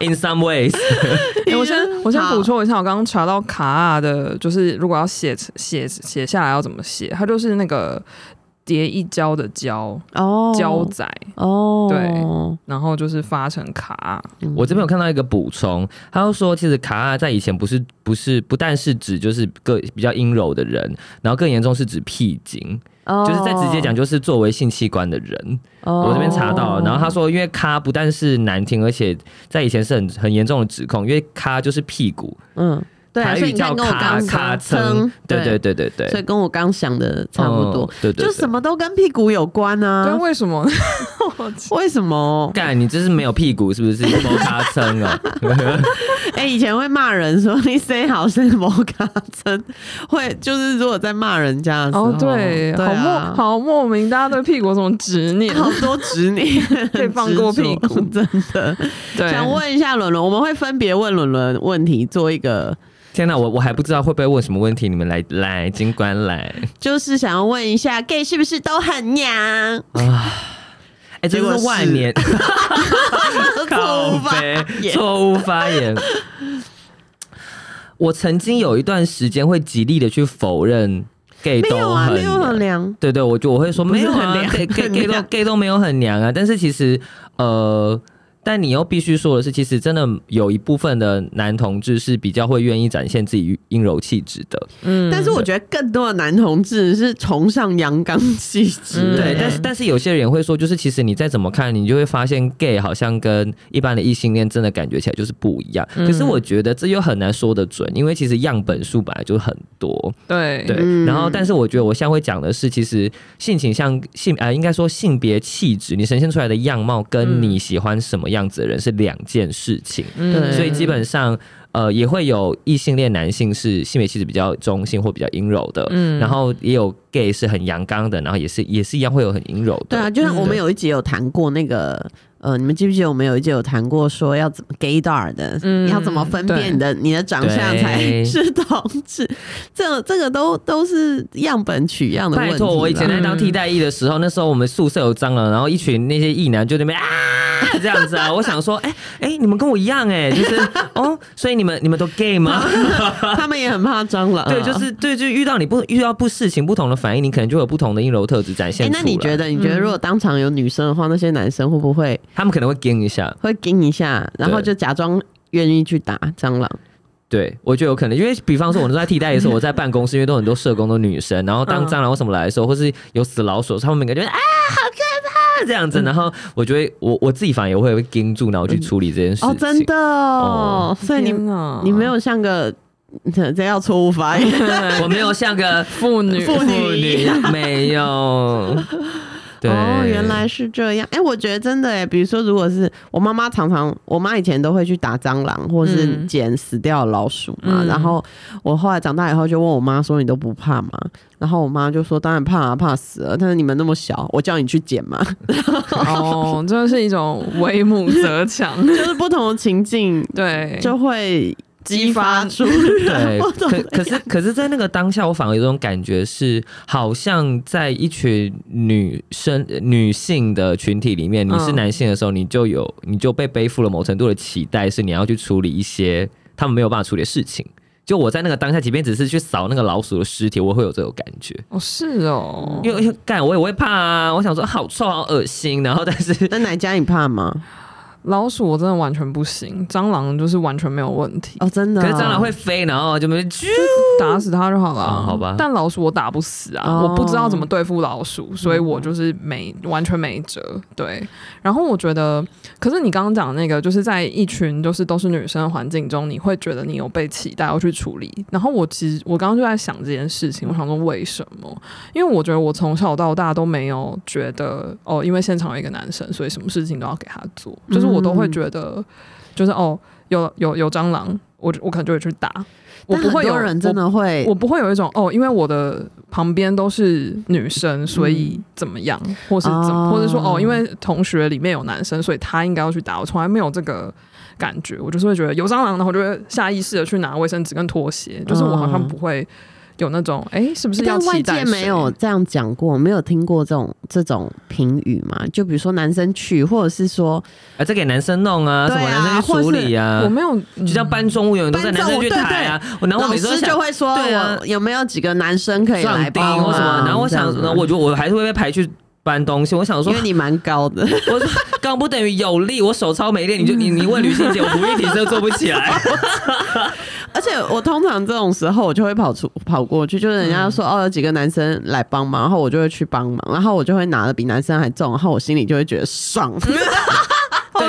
Speaker 2: In some ways，
Speaker 3: 欸我先我先
Speaker 1: 嗯好
Speaker 3: 补充一下，我刚刚查到卡啊的，就是如果要写写写下来要怎么写，它就是那个叠一胶的胶
Speaker 1: 哦
Speaker 3: 胶仔，
Speaker 1: 哦，嗯
Speaker 3: 对然后就是发成卡啊。
Speaker 2: 我这边有看到一个补充，他又说，其实卡亚在以前不是不是不但是指就是个比较阴柔的人，然后更严重是指屁精，
Speaker 1: 哦
Speaker 2: 就是再直接讲，，就是作为性器官的人。
Speaker 1: 哦
Speaker 2: 我这边查到了，然后他说，因为咖不但是难听，而且在以前是很很严重的指控，因为咖就是屁股，
Speaker 1: 嗯，对啊，
Speaker 2: 台
Speaker 1: 所以
Speaker 2: 语
Speaker 1: 你看
Speaker 2: 叫
Speaker 1: 跟我
Speaker 2: 咖
Speaker 1: 刚
Speaker 2: 咖
Speaker 1: 称
Speaker 2: 称，，对对对
Speaker 1: 对
Speaker 2: 对对，
Speaker 1: 所以跟我刚想的差不多
Speaker 2: 嗯，对对，
Speaker 1: 就
Speaker 2: 对
Speaker 1: 什么都跟屁股有关
Speaker 3: 但
Speaker 1: 啊。
Speaker 3: 为什么？
Speaker 1: 为什么？
Speaker 2: 干，你这是没有屁股是不是？摸咖称啊，
Speaker 1: 哎、以前会骂人说你谁好是摩卡真，会就是如果在骂人家的时候，
Speaker 3: 哦，对，
Speaker 1: 对
Speaker 3: 好莫
Speaker 1: 啊、
Speaker 3: 好莫名，大家对屁股有什么执念？
Speaker 1: 好多执念，
Speaker 3: 可以放过屁股
Speaker 1: 真的。
Speaker 3: 对，
Speaker 1: 想问一下伦伦，我们会分别问伦伦问题，做一个
Speaker 2: 天哪，我我还不知道会不会问什么问题，你们来来，尽管来。
Speaker 1: 就是想要问一下，gay 是不是都很娘？
Speaker 2: 哎，这
Speaker 1: 结果
Speaker 2: 是万
Speaker 1: 是
Speaker 2: 年
Speaker 1: 错误吧？言
Speaker 2: 错误发言。我曾经有一段时间会极力的去否认 gay
Speaker 1: 没有
Speaker 2: 都
Speaker 1: 啊，
Speaker 2: 很
Speaker 1: 没有很娘。
Speaker 2: 对对，我就我会说
Speaker 1: 不
Speaker 2: 没
Speaker 1: 是
Speaker 2: 有啊
Speaker 1: 很娘
Speaker 2: ，gay gay gay
Speaker 1: 很
Speaker 2: 都
Speaker 1: 娘
Speaker 2: gay 都没有很娘啊。但是其实呃，但你又必须说的是，其实真的有一部分的男同志是比较会愿意展现自己阴柔气质的。
Speaker 3: 嗯
Speaker 1: 但是我觉得更多的男同志是崇尚阳刚气质，
Speaker 3: 嗯
Speaker 2: 对，
Speaker 3: 对
Speaker 2: 但是但是有些人也会说，就是其实你再怎么看，你就会发现 gay 好像跟一般的异性恋真的感觉起来就是不一样。可是我觉得这又很难说得准，因为其实样本数本来就很多。
Speaker 3: 对
Speaker 2: 对，
Speaker 1: 嗯
Speaker 2: 然后但是我觉得我现在会讲的是，其实性倾向性呃，应该说性别气质，你呈现出来的样貌跟你喜欢什么样子的人是两件事情。
Speaker 1: 嗯对
Speaker 2: 所以基本上，呃，也会有异性恋男性是性别气质比较中性或比较阴柔的，
Speaker 3: 嗯
Speaker 2: 然后也有 gay 是很阳刚的，然后也是也是一样会有很阴柔的，
Speaker 1: 对啊，就像我们有一集有谈过那个。呃，你们记不记得我们有一集有谈过说要怎么 gaydar 的，
Speaker 3: 嗯
Speaker 1: 要怎么分
Speaker 3: 对
Speaker 1: 辨你的你的长相才
Speaker 2: 对
Speaker 1: 是同志？这这个都都是样本取样的问
Speaker 2: 拜
Speaker 1: 题啦。
Speaker 2: 托，我以 前在当替代役的时候，那时候我们宿舍有蟑螂，然后一群那些役男就在那边啊这样子啊，我想说，哎、哎、你们跟我一样哎、就是哦，所以你们你们都 gay 吗？
Speaker 1: 他们也很怕蟑螂啊。
Speaker 2: 对，就是对，就遇到你不遇到不事情不同的反应，你可能就有不同的阴柔特质展
Speaker 1: 哎、
Speaker 2: 现出来。
Speaker 1: 那你觉得？你觉得如果当场有女生的话，那些男生会不会
Speaker 2: 他们可能会 gay 一下？
Speaker 1: 会盯一下，然后
Speaker 2: 对
Speaker 1: 就假装愿意去打蟑螂？
Speaker 2: 对，我觉得有可能，因为比方说我那时候在替代的时候，我在办公室，因为都很多社工都女生，然后当
Speaker 3: 嗯
Speaker 2: 蟑螂或什么来的时候，或是有死老鼠，他们每个就啊好可怕，这样子，然后我就会我我自己反而也会会盯住，然后去处理这件事情。
Speaker 1: 哦，真的哦，所以你
Speaker 3: 天哪
Speaker 1: 你没有像个这要错误发音，
Speaker 2: 我没有像个
Speaker 3: 妇女
Speaker 1: 妇女一样
Speaker 2: 没 有。对，
Speaker 1: 哦，原来是这样。哎、我觉得真的哎，比如说，如果是我妈妈常常，我妈以前都会去打蟑螂或是
Speaker 3: 嗯
Speaker 1: 捡死掉的老鼠嘛。
Speaker 3: 嗯
Speaker 1: 然后我后来长大以后就问我妈说：“你都不怕吗？”然后我妈就说：“当然怕啊，怕死了。但是你们那么小，我叫你去捡 嘛。
Speaker 3: 哦，真的是一种为母则强，”
Speaker 1: 就是不同的情境
Speaker 3: 对，
Speaker 1: 就会激
Speaker 3: 激
Speaker 1: 发
Speaker 3: 发
Speaker 1: 出
Speaker 2: 对，
Speaker 1: 不
Speaker 2: 可
Speaker 1: 同的
Speaker 2: 可是可是，在那个当下，我反而有种感觉是，好像在一群女生、呃女性的群体里面，你是
Speaker 3: 嗯
Speaker 2: 男性的时候，你就有你就被背负了某程度的期待，是你要去处理一些他们没有办法处理的事情。就我在那个当下，即便只是去扫那个老鼠的尸体，我会有这种感觉，
Speaker 3: 哦是哦，
Speaker 2: 因为因为干我也我会怕啊，我想说好臭，好恶心，然后但是
Speaker 1: 那哪家你怕吗？
Speaker 3: 老鼠我真的完全不行，蟑螂就是完全没有问题，
Speaker 1: 哦，真的、
Speaker 2: 可是蟑螂会。飞，然后就没啾，
Speaker 3: 打死它就好了、
Speaker 2: 啊好吧
Speaker 3: 但老鼠我打不死啊，
Speaker 1: 哦嗯
Speaker 3: 我不知道怎么对付老鼠，所以我就是没完全没辙。对，然后我觉得，可是你刚刚讲的那个，就是在一群就是都是女生的环境中，你会觉得你有被期待要去处理。然后我其实我刚刚就在想这件事情，我想说为什么？因为我觉得我从小到大都没有觉得哦，因为现场有一个男生，所以什么事情都要给他做，就是我都会觉
Speaker 1: 嗯
Speaker 3: 得，就是哦，有有有蟑螂。我我可能就会去打，我
Speaker 1: 但
Speaker 3: 不会
Speaker 1: 很
Speaker 3: 有
Speaker 1: 多人真
Speaker 3: 我
Speaker 1: 的会
Speaker 3: 我不会有一种哦，因为我的旁边都是女生，所以怎么样，或是怎么，
Speaker 1: 嗯哦
Speaker 3: 或者说哦，因为同学里面有男生，所以他应该要去打。我从来没有这个感觉，我就是会觉得有蟑螂，然后我就会下意识的去拿卫生纸跟拖鞋，就是我好像不会有那种哎、诶是不是要
Speaker 1: 但哦外
Speaker 3: 期
Speaker 1: 界
Speaker 3: 待
Speaker 1: 没
Speaker 3: 谁
Speaker 1: 有这样讲过，没有听过这种这种评语嘛？就比如说男生去，或者是说
Speaker 2: 啊，这给男生弄啊，
Speaker 1: 对
Speaker 2: 什
Speaker 1: 啊
Speaker 2: 么男生去处理啊，
Speaker 3: 我没有，嗯
Speaker 2: 就像搬重物永远都在
Speaker 1: 搬
Speaker 2: 男生
Speaker 1: 重物
Speaker 2: 去
Speaker 1: 对
Speaker 2: 抬啊，我然后我
Speaker 1: 老
Speaker 2: 每次都
Speaker 1: 师
Speaker 2: 想
Speaker 1: 就会说，
Speaker 2: 对啊
Speaker 1: 我有没有几个男生可以
Speaker 2: 上
Speaker 1: 来
Speaker 2: 钉
Speaker 1: 帮
Speaker 2: 或什么，
Speaker 1: 忙？
Speaker 2: 然后我想，
Speaker 1: 这
Speaker 2: 然后
Speaker 1: 样
Speaker 2: 我觉得我还是会被排去搬东西，我想说
Speaker 1: 因为。你蛮 高的，
Speaker 2: 我 说刚不等于有力，我手超没力，你就你你问吕欣姐， 我不一提都做不起来。
Speaker 1: 而且我通常这种时候我就会跑出跑过去，就是人家
Speaker 2: 嗯
Speaker 1: 说、哦有几个男生来帮忙，然后我就会去帮忙，然后我就会拿的比男生还重，然后我心里就会觉得 爽。
Speaker 2: 对，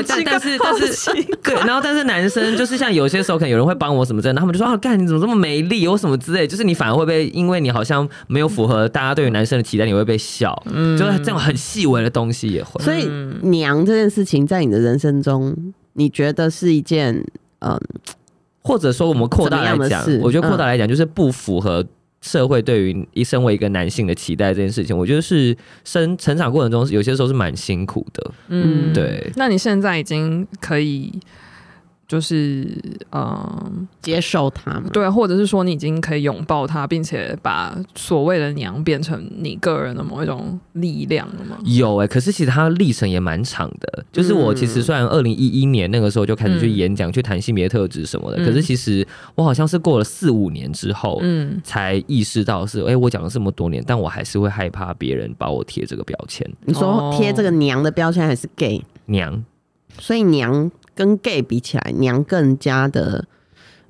Speaker 2: 但但是但是对，然后但是男生就是像有些时候可能有人会帮我什么之类的，他们就说啊，干你怎么这么没力，或什么之类，就是你反而会被，因为你好像没有符合大家对于男生的期待，你会被笑，
Speaker 1: 嗯
Speaker 2: 就是
Speaker 3: 嗯
Speaker 2: 这种很细微的东西也会。
Speaker 1: 所以娘这件事情在你的人生中，你觉得是一件嗯
Speaker 2: 或者说我们扩大来
Speaker 1: 怎么
Speaker 2: 讲
Speaker 1: 样的事，嗯
Speaker 2: 我觉得扩大来讲就是不符合社会对于一身为一个男性的期待这件事情，我觉得是生成长过程中有些时候是蛮辛苦的。
Speaker 3: 嗯
Speaker 2: 对
Speaker 3: 那你现在已经可以。就是嗯，
Speaker 1: 接受他吗？
Speaker 3: 对，或者是说你已经可以拥抱它，并且把所谓的娘变成你个人的某一种力量了吗？
Speaker 2: 有哎、可是其实它历程也蛮长的。就是我其
Speaker 1: 嗯
Speaker 2: 实虽然二零一一年那个时候就开始去
Speaker 3: 嗯
Speaker 2: 演讲、去谈性别特质什么的，
Speaker 3: 嗯
Speaker 2: 可是其实我好像是过了四五年之后。
Speaker 3: 嗯，
Speaker 2: 才意识到是，哎、我讲了这么多年，但我还是会害怕别人把我贴这个标签，
Speaker 1: 你说
Speaker 3: 哦
Speaker 1: 贴这个娘的标签还是 gay，
Speaker 2: 娘，
Speaker 1: 所以娘跟 gay 比起来，娘更加的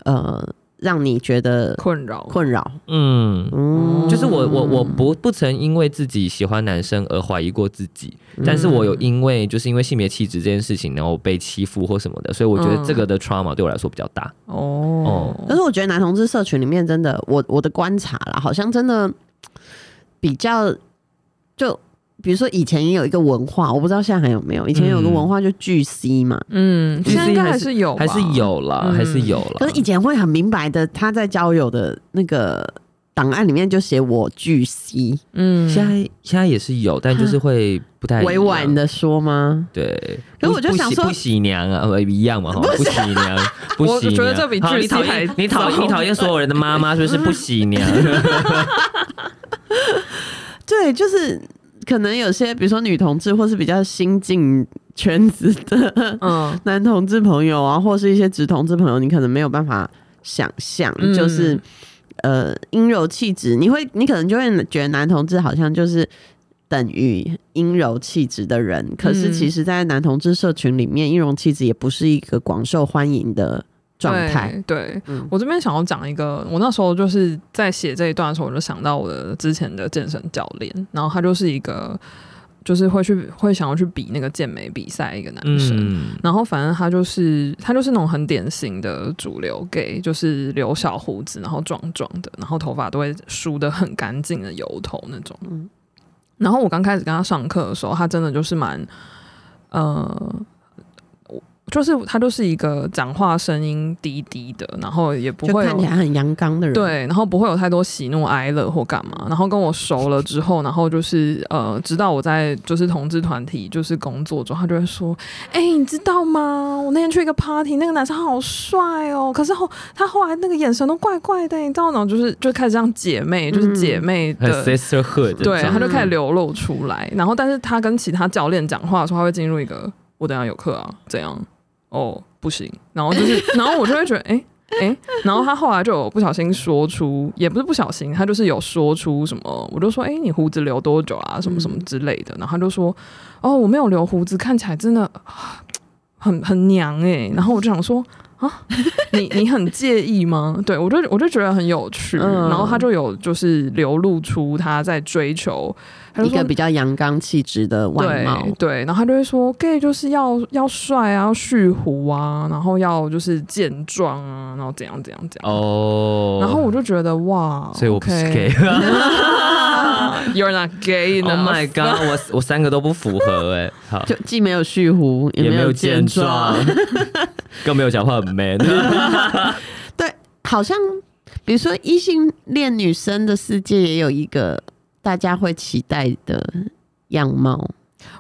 Speaker 1: 呃，让你觉得
Speaker 3: 困扰。
Speaker 1: 困扰。
Speaker 2: 嗯，
Speaker 1: 嗯，
Speaker 2: 就是我我我不不曾因为自己喜欢男生而怀疑过自己，但
Speaker 1: 嗯
Speaker 2: 是
Speaker 3: 嗯
Speaker 2: 我有因为就是因为性别气质这件事情，然后被欺负或什么的，所以我觉得
Speaker 3: 嗯
Speaker 2: 这个的 trauma 对我来说比较大。
Speaker 3: 哦，
Speaker 1: 可是我觉得男同志社群里面真的，我我的观察啦，好像真的比较就。比如说以前也有一个文化，我不知道现在还有没有。以前有个
Speaker 2: 嗯
Speaker 1: 文化就巨 C 嘛，
Speaker 3: 嗯，
Speaker 2: 其实
Speaker 3: 现在应该
Speaker 2: 还
Speaker 3: 还
Speaker 2: 是
Speaker 3: 是有，
Speaker 2: 还是，有啦，
Speaker 3: 嗯
Speaker 2: 还是有啦。
Speaker 1: 可是以前会很明白的，他在交友的那个档案里面就写我巨 C，
Speaker 3: 嗯，
Speaker 2: 现在现在也是有，但就是会不太一样
Speaker 1: 委婉。的说吗？
Speaker 2: 对，
Speaker 1: 可是我就
Speaker 2: 不
Speaker 1: 想
Speaker 2: 喜
Speaker 1: 说
Speaker 2: 不喜娘啊，呃一样嘛，哈，不喜 娘，不喜娘。
Speaker 3: 觉得这比
Speaker 2: 好
Speaker 3: 巨
Speaker 2: 你讨
Speaker 3: 细还
Speaker 2: 厌你讨厌
Speaker 3: 糟
Speaker 2: 你讨厌所有人的妈妈，是不是不喜 娘？
Speaker 1: 对，就是可能有些，比如说女同志，或是比较新进圈子 的
Speaker 3: 嗯，
Speaker 1: 男同志朋友啊，或是一些直同志朋友，你可能没有办法想象，
Speaker 3: 嗯
Speaker 1: 就是呃阴柔气质，你会，你可能就会觉得男同志好像就是。等于阴柔气质的人，可是
Speaker 3: 嗯
Speaker 1: 其实，在男同志社群里面，阴柔气质也不是一个广受欢迎的状态。
Speaker 3: 对，对
Speaker 1: 嗯
Speaker 3: 我这边想要讲一个，我那时候就是在写这一段的时候，我就想到我的之前的健身教练，然后他就是一个。就是会去会想要去比那个健美比赛一个男生。
Speaker 2: 嗯，
Speaker 3: 然后反正他就是他就是那种很典型的主流 gay，就是留小胡子，然后壮壮的，然后头发都会梳得很干净的油头那种。
Speaker 1: 嗯
Speaker 3: 然后我刚开始跟他上课的时候，他真的就是蛮，呃，我就是他就是一个讲话声音低低的，然后也不
Speaker 1: 就
Speaker 3: 会有
Speaker 1: 看起来很阳刚的人，，
Speaker 3: 对，然后不会有太多喜怒哀乐或干嘛。然后跟我熟了之后，然后就是呃，知道我在就是同志团体就是工作中，他就会说：“哎、你知道吗？我那天去一个 party，那个男生好帅哦，可是后他后来那个眼神都怪怪的，你知道吗？就是就开始像姐妹，
Speaker 1: 嗯
Speaker 3: 就是姐妹
Speaker 2: 很
Speaker 3: 的。
Speaker 2: sisterhood，的嗯
Speaker 3: 对，
Speaker 2: 状
Speaker 3: 他就
Speaker 2: 态
Speaker 3: 开始流露出来，然后但是他跟其他教练讲话的时候，他会进入一个我等一下有课啊，怎样？哦，不行，然后就是， 然后我就会觉得，哎、哎、然后他后来就有不小心说出，也不是不小心，他就是有说出什么，我就说，哎、你胡子留多久啊，什么什么之类的，然后他就说，哦，我没有留胡子，看起来真的啊很很娘哎、然后我就想说。啊，你你很介意吗？对我就我就觉得很有趣，
Speaker 1: 嗯
Speaker 3: 然后他就有就是流露出他在追求，他就
Speaker 1: 一
Speaker 3: 说
Speaker 1: 个比较阳刚气质的外貌
Speaker 3: 对，对，然后他就会说 gay 就是要要帅啊，要蓄胡啊，然后要就是健壮啊，然后怎样怎样怎样。
Speaker 2: 哦，
Speaker 3: 然后我就觉得哇，
Speaker 2: 所以我不是
Speaker 3: OK
Speaker 2: gay。
Speaker 3: You're not gay
Speaker 2: Oh
Speaker 3: enough.
Speaker 2: my god！我我三个都不符合哎、好，
Speaker 1: 就既没有蓄胡，
Speaker 2: 也
Speaker 1: 没
Speaker 2: 没有
Speaker 1: 健
Speaker 2: 健壮，，更没有讲话很 man。
Speaker 1: 对，好像比如说异性恋女生的世界也有一个大家会期待的样貌，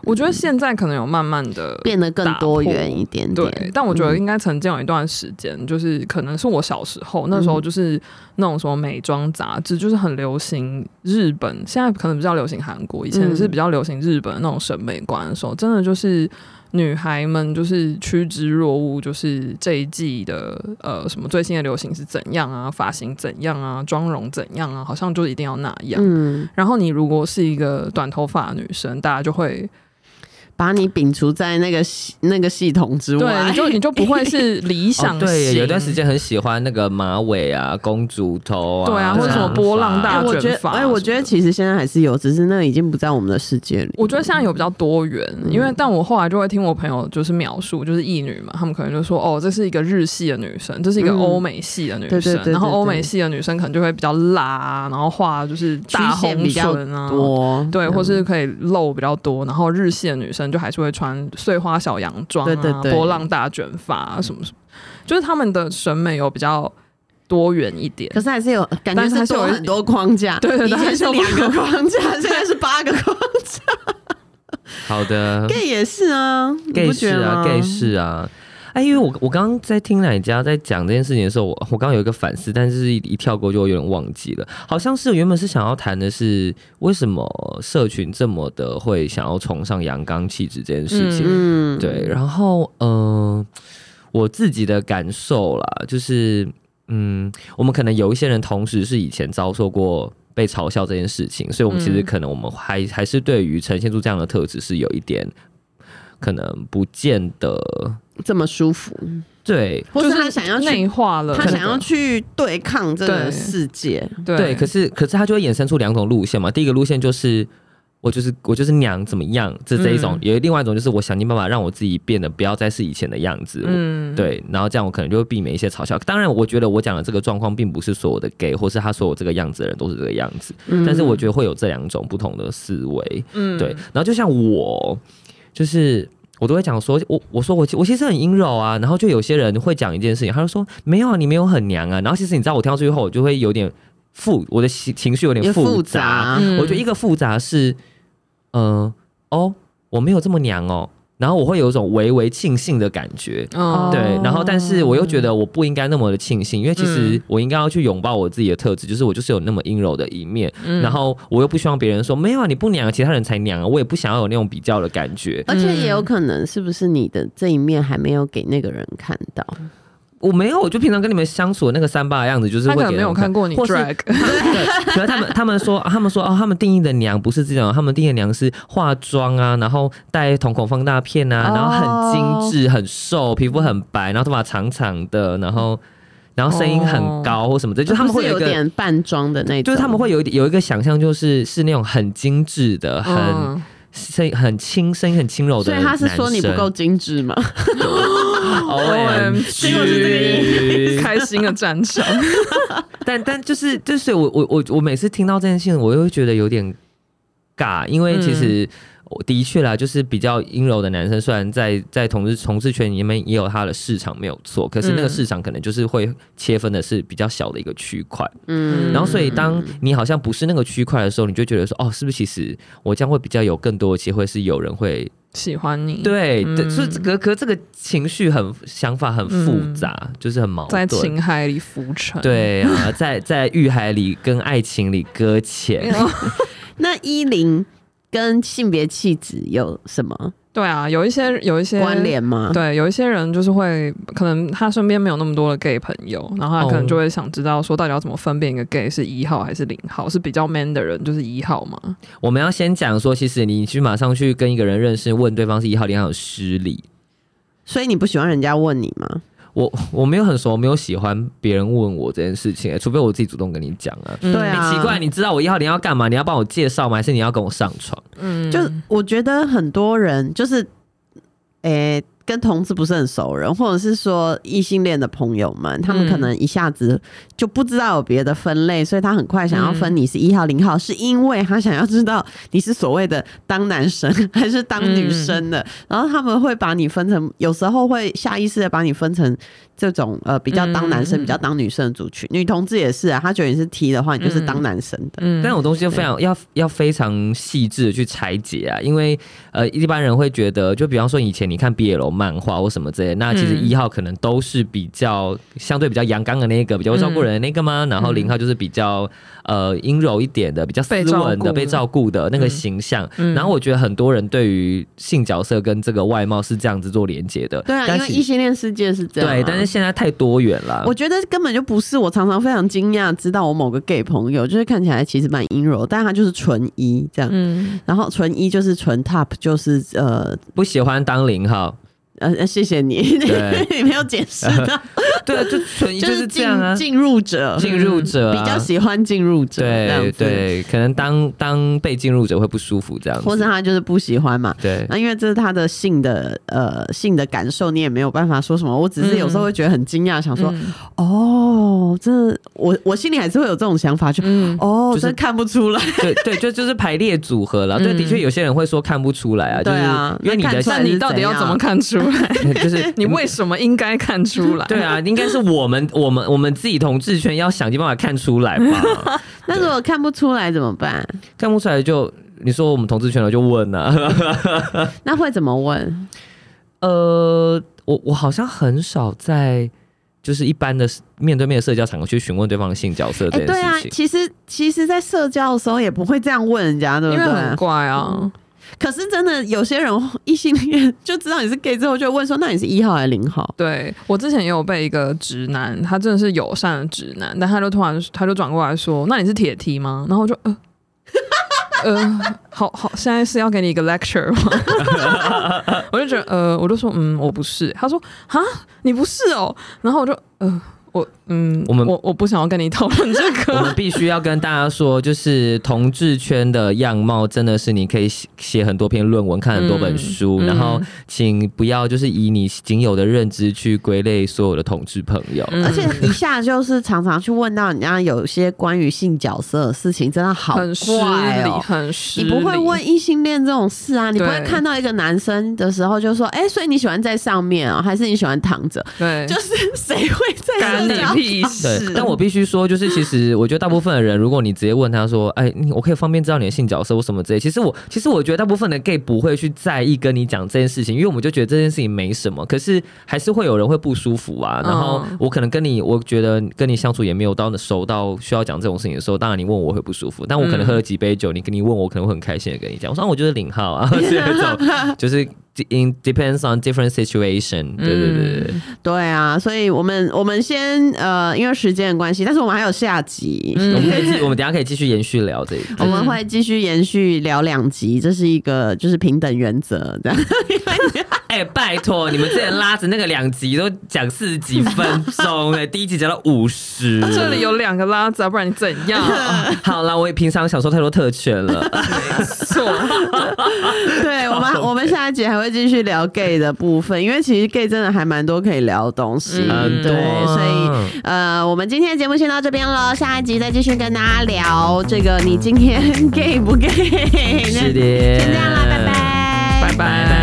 Speaker 3: 我觉得现在可能有慢慢的
Speaker 1: 变得更多元一点点。
Speaker 3: 对，但我觉得应该曾经有一段时间，就是可能是我小时候那时候，就是那种什么美妆杂志，就是很流行日本，现在可能比较流行韩国，以前嗯是比较流行日本的那种审美观的时候，真的就是。女孩们就是趋之若鹜，就是这一季的呃什么最新的流行是怎样啊，发型怎样啊，妆容怎样啊，好像就一定要那样。
Speaker 1: 嗯，
Speaker 3: 然后你如果是一个短头发的女生，大家就会
Speaker 1: 把你摒除在那个系那个系统之
Speaker 3: 对，
Speaker 1: 外，
Speaker 3: 你就你就不会是理想
Speaker 2: 哦、
Speaker 3: 型、
Speaker 2: 对，有一段时间很喜欢那个马尾啊、公主头啊，
Speaker 3: 对啊或者什么
Speaker 2: 长
Speaker 3: 波浪大
Speaker 1: 哎
Speaker 2: 发
Speaker 1: 我觉
Speaker 3: 卷
Speaker 1: 得，
Speaker 3: 发
Speaker 1: 哎、
Speaker 3: 什么
Speaker 1: 我
Speaker 3: 的
Speaker 1: 觉得其实现在还是有，只是那已经不在我们的世界里。
Speaker 3: 我觉得现在有比较多元，因
Speaker 1: 嗯
Speaker 3: 为但我后来就会听我朋友就是描述，就是异女嘛，她们可能就说哦，这是一个日系的女生，这是一个
Speaker 1: 嗯
Speaker 3: 欧美系的女
Speaker 1: 对对
Speaker 3: 生，
Speaker 1: 对对
Speaker 3: 然后欧美
Speaker 1: 对
Speaker 3: 系的女生可能就会比较辣啊，然后画就是大
Speaker 1: 曲线
Speaker 3: 红
Speaker 1: 比较
Speaker 3: 唇啊，
Speaker 1: 多
Speaker 3: 对，
Speaker 1: 嗯
Speaker 3: 或是可以露比较多，然后日系的女生就还是会穿碎花小洋装啊、
Speaker 1: 对对对
Speaker 3: 波浪大卷发、啊、什么什么，就是他们的审美有比较多元一点
Speaker 1: 可。是还是有感觉
Speaker 3: 但是还是有
Speaker 1: 多
Speaker 3: 一
Speaker 1: 很多框架，
Speaker 3: 对对对
Speaker 1: 以前是
Speaker 3: 还是有
Speaker 1: 两个框架，现在是八个框架。
Speaker 2: 好的
Speaker 1: gay 也是啊你
Speaker 2: ，gay
Speaker 1: 不
Speaker 2: 是
Speaker 1: 觉得吗
Speaker 2: 啊，gay 是啊。哎，因为我我刚刚在听奶家在讲这件事情的时候，我我刚刚有一个反思，但是一一跳过就有点忘记了。好像是原本是想要谈的是为什么社群这么的会想要崇尚阳刚气质这件事情，
Speaker 1: 嗯，
Speaker 2: 对，然后嗯、呃我自己的感受啦，就是嗯，我们可能有一些人同时是以前遭受过。被嘲笑这件事情，所以我们其实
Speaker 3: 嗯
Speaker 2: 可能我们还、还是对于呈现出这样的特质是有一点可能不见得
Speaker 1: 这么舒服，
Speaker 2: 对
Speaker 1: 或
Speaker 3: 就是是
Speaker 1: 他想要
Speaker 3: 内
Speaker 1: 去，
Speaker 3: 化了，
Speaker 1: 他想要去对抗这个
Speaker 3: 对
Speaker 1: 世界，
Speaker 3: 对
Speaker 2: 对，可是可是它就会衍生出两种路线嘛。第一个路线就是我就是我就是娘怎么样，这这一种；
Speaker 3: 嗯
Speaker 2: 有另外一种就是我想尽办法让我自己变得不要再是以前的样子，我
Speaker 3: 嗯，
Speaker 2: 对，然后这样我可能就会避免一些嘲笑。当然，我觉得我讲的这个状况，并不是所有的 gay 或是他所有这个样子的人都是这个样子，
Speaker 1: 嗯
Speaker 2: 但是我觉得会有这两种不同的思维。
Speaker 3: 嗯
Speaker 2: 对，然后就像我，就是我都会讲说，我我说我其我其实很阴柔啊，然后就有些人会讲一件事情，他就说没有啊，你没有很娘啊。然后其实你知道，我听到最后，我就会有点复，我的情情绪有
Speaker 1: 也
Speaker 2: 点
Speaker 1: 复
Speaker 2: 复
Speaker 1: 杂
Speaker 3: 嗯
Speaker 2: 我觉得一个复杂是，嗯、哦，我没有这么娘哦，然后我会有一种微微庆幸的感觉。
Speaker 1: 哦
Speaker 3: 嗯
Speaker 2: 对，然后但是我又觉得我不应该那么的庆幸，因为其实
Speaker 3: 哦嗯
Speaker 2: 我应该要去拥抱我自己的特质，就是我就是有那么阴柔的一面，
Speaker 3: 嗯
Speaker 2: 然后我又不希望别人说没有啊，你不娘，其他人才娘啊，我也不想要有那种比较的感觉。
Speaker 1: 而且也有可能是不是你的这一面还没有给那个人看到，
Speaker 2: 嗯我没有，我就平常跟你们相处的那个三八的样子，就是
Speaker 3: 他
Speaker 2: 会
Speaker 3: 可
Speaker 2: 给
Speaker 3: 能没有
Speaker 2: 人
Speaker 3: 看过你
Speaker 2: 或是
Speaker 3: drag，
Speaker 2: 对，可是他们他们说、啊他们说哦，他们定义的娘不是这种，他们定义的娘是化妆啊，然后戴瞳孔放大片啊，
Speaker 1: 哦
Speaker 2: 然后很精致、很瘦，皮肤很白，然后头发长长的，然后然后声音很
Speaker 3: 哦
Speaker 2: 高或什么的，就是他们会
Speaker 1: 是
Speaker 2: 有
Speaker 1: 有
Speaker 2: 一个。
Speaker 1: 点扮装的那种，
Speaker 2: 就是他们会有一有一个想象，就是是那种很精致的、很、
Speaker 3: 嗯
Speaker 2: 声音很轻，声音很轻柔的
Speaker 1: 所
Speaker 2: 男
Speaker 1: 以
Speaker 2: 生。
Speaker 1: 他是说你不 够精致吗？
Speaker 2: O M
Speaker 3: 所以我是这
Speaker 2: G，
Speaker 3: 个 开心的 战场。
Speaker 2: 但但就是就是我我我我每次听到这件事情，我又会觉得有点尬，因为
Speaker 3: 嗯
Speaker 2: 其实。我的确啦，就是比较阴柔的男生，虽然在在同志同志圈里面也有他的市场没有错，可是那个
Speaker 3: 嗯
Speaker 2: 市场可能就是会切分的是比较小的一个区块。
Speaker 1: 嗯，
Speaker 2: 然后，所以当你好像不是那个区块的时候，你就觉得说，哦，是不是其实我这样会比较有更多的机会是有人会
Speaker 3: 喜欢你，，
Speaker 2: 对，
Speaker 3: 嗯
Speaker 2: 对，所以这个可是这个情绪很想法很复杂，就是很矛
Speaker 3: 嗯在
Speaker 2: 盾。
Speaker 3: 情嗯海里浮沉，，
Speaker 2: 对啊，在在欲海里跟爱情里搁
Speaker 3: 嗯
Speaker 2: 浅。
Speaker 1: 那一零跟性别气质有什么
Speaker 3: 对啊，有一些有一些
Speaker 1: 关。联吗？
Speaker 3: 对，有一些人就是会，可能他身边没有那么多的 gay 朋友，然后他可能
Speaker 2: 哦
Speaker 3: 就会想知道说，到底要怎么分辨一个 gay 是一号还是零号？是比较 man 的人就是一号嘛？
Speaker 2: 我们要先讲说，其实你去马上去跟一个人认识，问对方是一号零号很失礼。
Speaker 1: 所以你不喜欢人家问你吗？
Speaker 2: 我我没有很熟，我没有喜欢别人问我这件事情、除非我自己主动跟你讲啊。
Speaker 3: 嗯
Speaker 1: 对啊，
Speaker 2: 奇怪，你知道我一号零要干嘛？你要帮我介绍吗？还是你要跟我上床？
Speaker 3: 嗯，
Speaker 1: 就我觉得很多人就是，诶、跟同志不是很熟人，或者是说异性恋的朋友们，他们
Speaker 3: 嗯
Speaker 1: 可能一下子就不知道有别的分类，所以他很快想要分你是一号、零号，是因为他想要知道你是所谓的当男生还是当女生的，然后他们会把你分成，有时候会下意识的把你分成这种呃比较当男生、
Speaker 3: 嗯
Speaker 1: 比较当女生的族群，女同志也是啊，他觉得你是 T 的话，你就是当男生的，
Speaker 3: 嗯
Speaker 2: 但那种东西就非常要要非常细致的去拆解啊，因为呃一般人会觉得，就比方说以前你看 BL 漫画或什么之类，那其实
Speaker 3: 嗯
Speaker 2: 一号可能都是比较相对比较阳刚的那个，比较会照顾人的那个嘛，然后零号就是比较呃阴柔一点的，比较斯文的
Speaker 3: 被
Speaker 2: 被
Speaker 3: 照
Speaker 2: 照顾的那个
Speaker 3: 嗯
Speaker 2: 形象。
Speaker 3: 嗯
Speaker 2: 然后我觉得很多人对于性角色跟这个外貌是这样子做连接的，
Speaker 1: 对啊，
Speaker 2: 但
Speaker 1: 因为
Speaker 2: 其
Speaker 1: 异性恋世界是这样啊、
Speaker 2: 对，但是现在太多元了。
Speaker 1: 我觉得根本就不是，我常常非常惊讶，知道我某个 gay 朋友，就是看起来其实蛮阴柔，但他就是纯一这样。
Speaker 3: 嗯，
Speaker 1: 然后纯一就是纯 top，就是呃
Speaker 2: 不喜欢当零号，
Speaker 1: 呃，呃谢谢你，
Speaker 2: 对
Speaker 1: 你没有解释 到，
Speaker 2: 对啊，就纯一
Speaker 1: 就
Speaker 2: 就是
Speaker 1: 是
Speaker 2: 这
Speaker 1: 进
Speaker 2: 样啊，
Speaker 1: 进入者，
Speaker 2: 进入者啊
Speaker 1: 比较喜欢进入者这样
Speaker 2: 对
Speaker 1: 子，，
Speaker 2: 对，可能当当被进入者会不舒服这样子，
Speaker 1: 或者他就是不喜欢嘛。
Speaker 2: 对
Speaker 1: 那因为这是他的性的呃性的感受，你也没有办法说什么。我只是有时候会觉得很惊讶，想说、
Speaker 3: 嗯
Speaker 1: 哦，这我我心里还是会有这种想法，就、
Speaker 3: 嗯
Speaker 1: 哦，
Speaker 2: 就是
Speaker 1: 真看不出来。
Speaker 2: 对对，就就是排列组合了。对，的确有些人会说看不出来啊，就
Speaker 1: 嗯对啊
Speaker 2: 是因为你
Speaker 1: 那看
Speaker 2: 的
Speaker 1: 出来
Speaker 3: 但你到底要怎么看 出来？
Speaker 2: 就是
Speaker 3: 你为什么应该看出来？
Speaker 2: 对啊，应该是我们我们我们自己同志圈要想尽办法看出来 吧，
Speaker 1: 那如果看不出来怎么办？
Speaker 2: 看不出来就你说我们同志圈了就问 啊，
Speaker 1: 那会怎么问？
Speaker 2: 呃，我我好像很少在。就是一般的面对面的社交场合去询问对方的性角色这
Speaker 1: 哎、
Speaker 2: 件
Speaker 1: 对啊
Speaker 2: 事，情，
Speaker 1: 其实其实，在社交的时候也不会这样问人家，对不
Speaker 3: 因为很
Speaker 1: 对？
Speaker 3: 怪啊，
Speaker 1: 可是真的有些人异性恋就知道你是 gay 之后，就会问说：“那你是一号还是零号
Speaker 3: 对我之前也有被一个直男，他真的是友善的直男，但他就突然他就转过来说：“那你是铁梯吗？”然后我就呃 呃，好好，现在是要给你一个 lecture 吗？我就觉得呃，我就说嗯，我不是。他说啊，你不是哦。然后我就呃，我嗯，
Speaker 2: 我们
Speaker 3: 我我不想要跟你讨论这
Speaker 2: 我
Speaker 3: 个
Speaker 2: 们。必须要跟大家说，就是同志圈的样貌真的是你可以写写很多篇论文，看很多本书，
Speaker 3: 嗯嗯
Speaker 2: 然后请不要就是以你仅有的认知去归类所有的同志朋友。
Speaker 3: 嗯
Speaker 1: 而且一下就是常常去问到人家有些关于性角色的事情，真的好
Speaker 3: 很失
Speaker 1: 怪
Speaker 3: 礼，
Speaker 1: 哦、
Speaker 3: 很失
Speaker 1: 你
Speaker 3: 礼。
Speaker 1: 不会问异性恋这种事啊？你不会
Speaker 3: 对
Speaker 1: 看到一个男生的时候就说：“哎、所以你喜欢在上面啊、还是你喜欢躺着？”
Speaker 3: 对，
Speaker 1: 就是谁会在
Speaker 3: 干
Speaker 1: 社
Speaker 3: 你
Speaker 1: 交
Speaker 3: 屁
Speaker 2: 对
Speaker 3: 事！，
Speaker 2: 但我必须说，就是其实我觉得大部分的人，如果你直接问他说：“哎，你我可以方便知道你的性角色或什么之类。”其实我其实我觉得大部分的 gay 不会去在意跟你讲这件事情，因为我们就觉得这件事情没什么。可是还是会有人会不舒服啊。然后
Speaker 3: 嗯
Speaker 2: 我可能跟你，我觉得跟你相处也没有到那熟到需要讲这种事情的时候，当然你问我会不舒服。但我可能喝了几杯酒，你跟你问我可能会很开心的跟你讲，我说、啊、我就是零号啊， 这种就是 in depends on different situation。对对对对，
Speaker 1: 对啊，所以我们我们先呃，因为时间的关系，但是我们还有下集，
Speaker 2: 我们可以继我们等一下可以继续延续聊这一
Speaker 1: 我们 会继续延续聊两集，这是一个就是平等原则这样。
Speaker 4: 哎、
Speaker 2: 哎、拜 托，你们之前拉着那个两集都讲四十几分钟、哎，第一集讲到五十。 哦
Speaker 3: 这里有两个拉子啊，不然你怎样？
Speaker 2: 好啦，我也平常享受太多特权 了。
Speaker 3: 错，
Speaker 1: 对我们，我们下一集还会继续聊 gay 的部分，因为其实 gay 真的还蛮多可以聊的东西，
Speaker 2: 嗯
Speaker 1: 对
Speaker 2: 很，多
Speaker 1: 所以呃，我们今天的节目先到这边喽，下一集再继续跟大家聊这 个你今天 gay 不 gay？
Speaker 2: 是的
Speaker 1: 先这样啦，拜拜，
Speaker 3: 拜拜。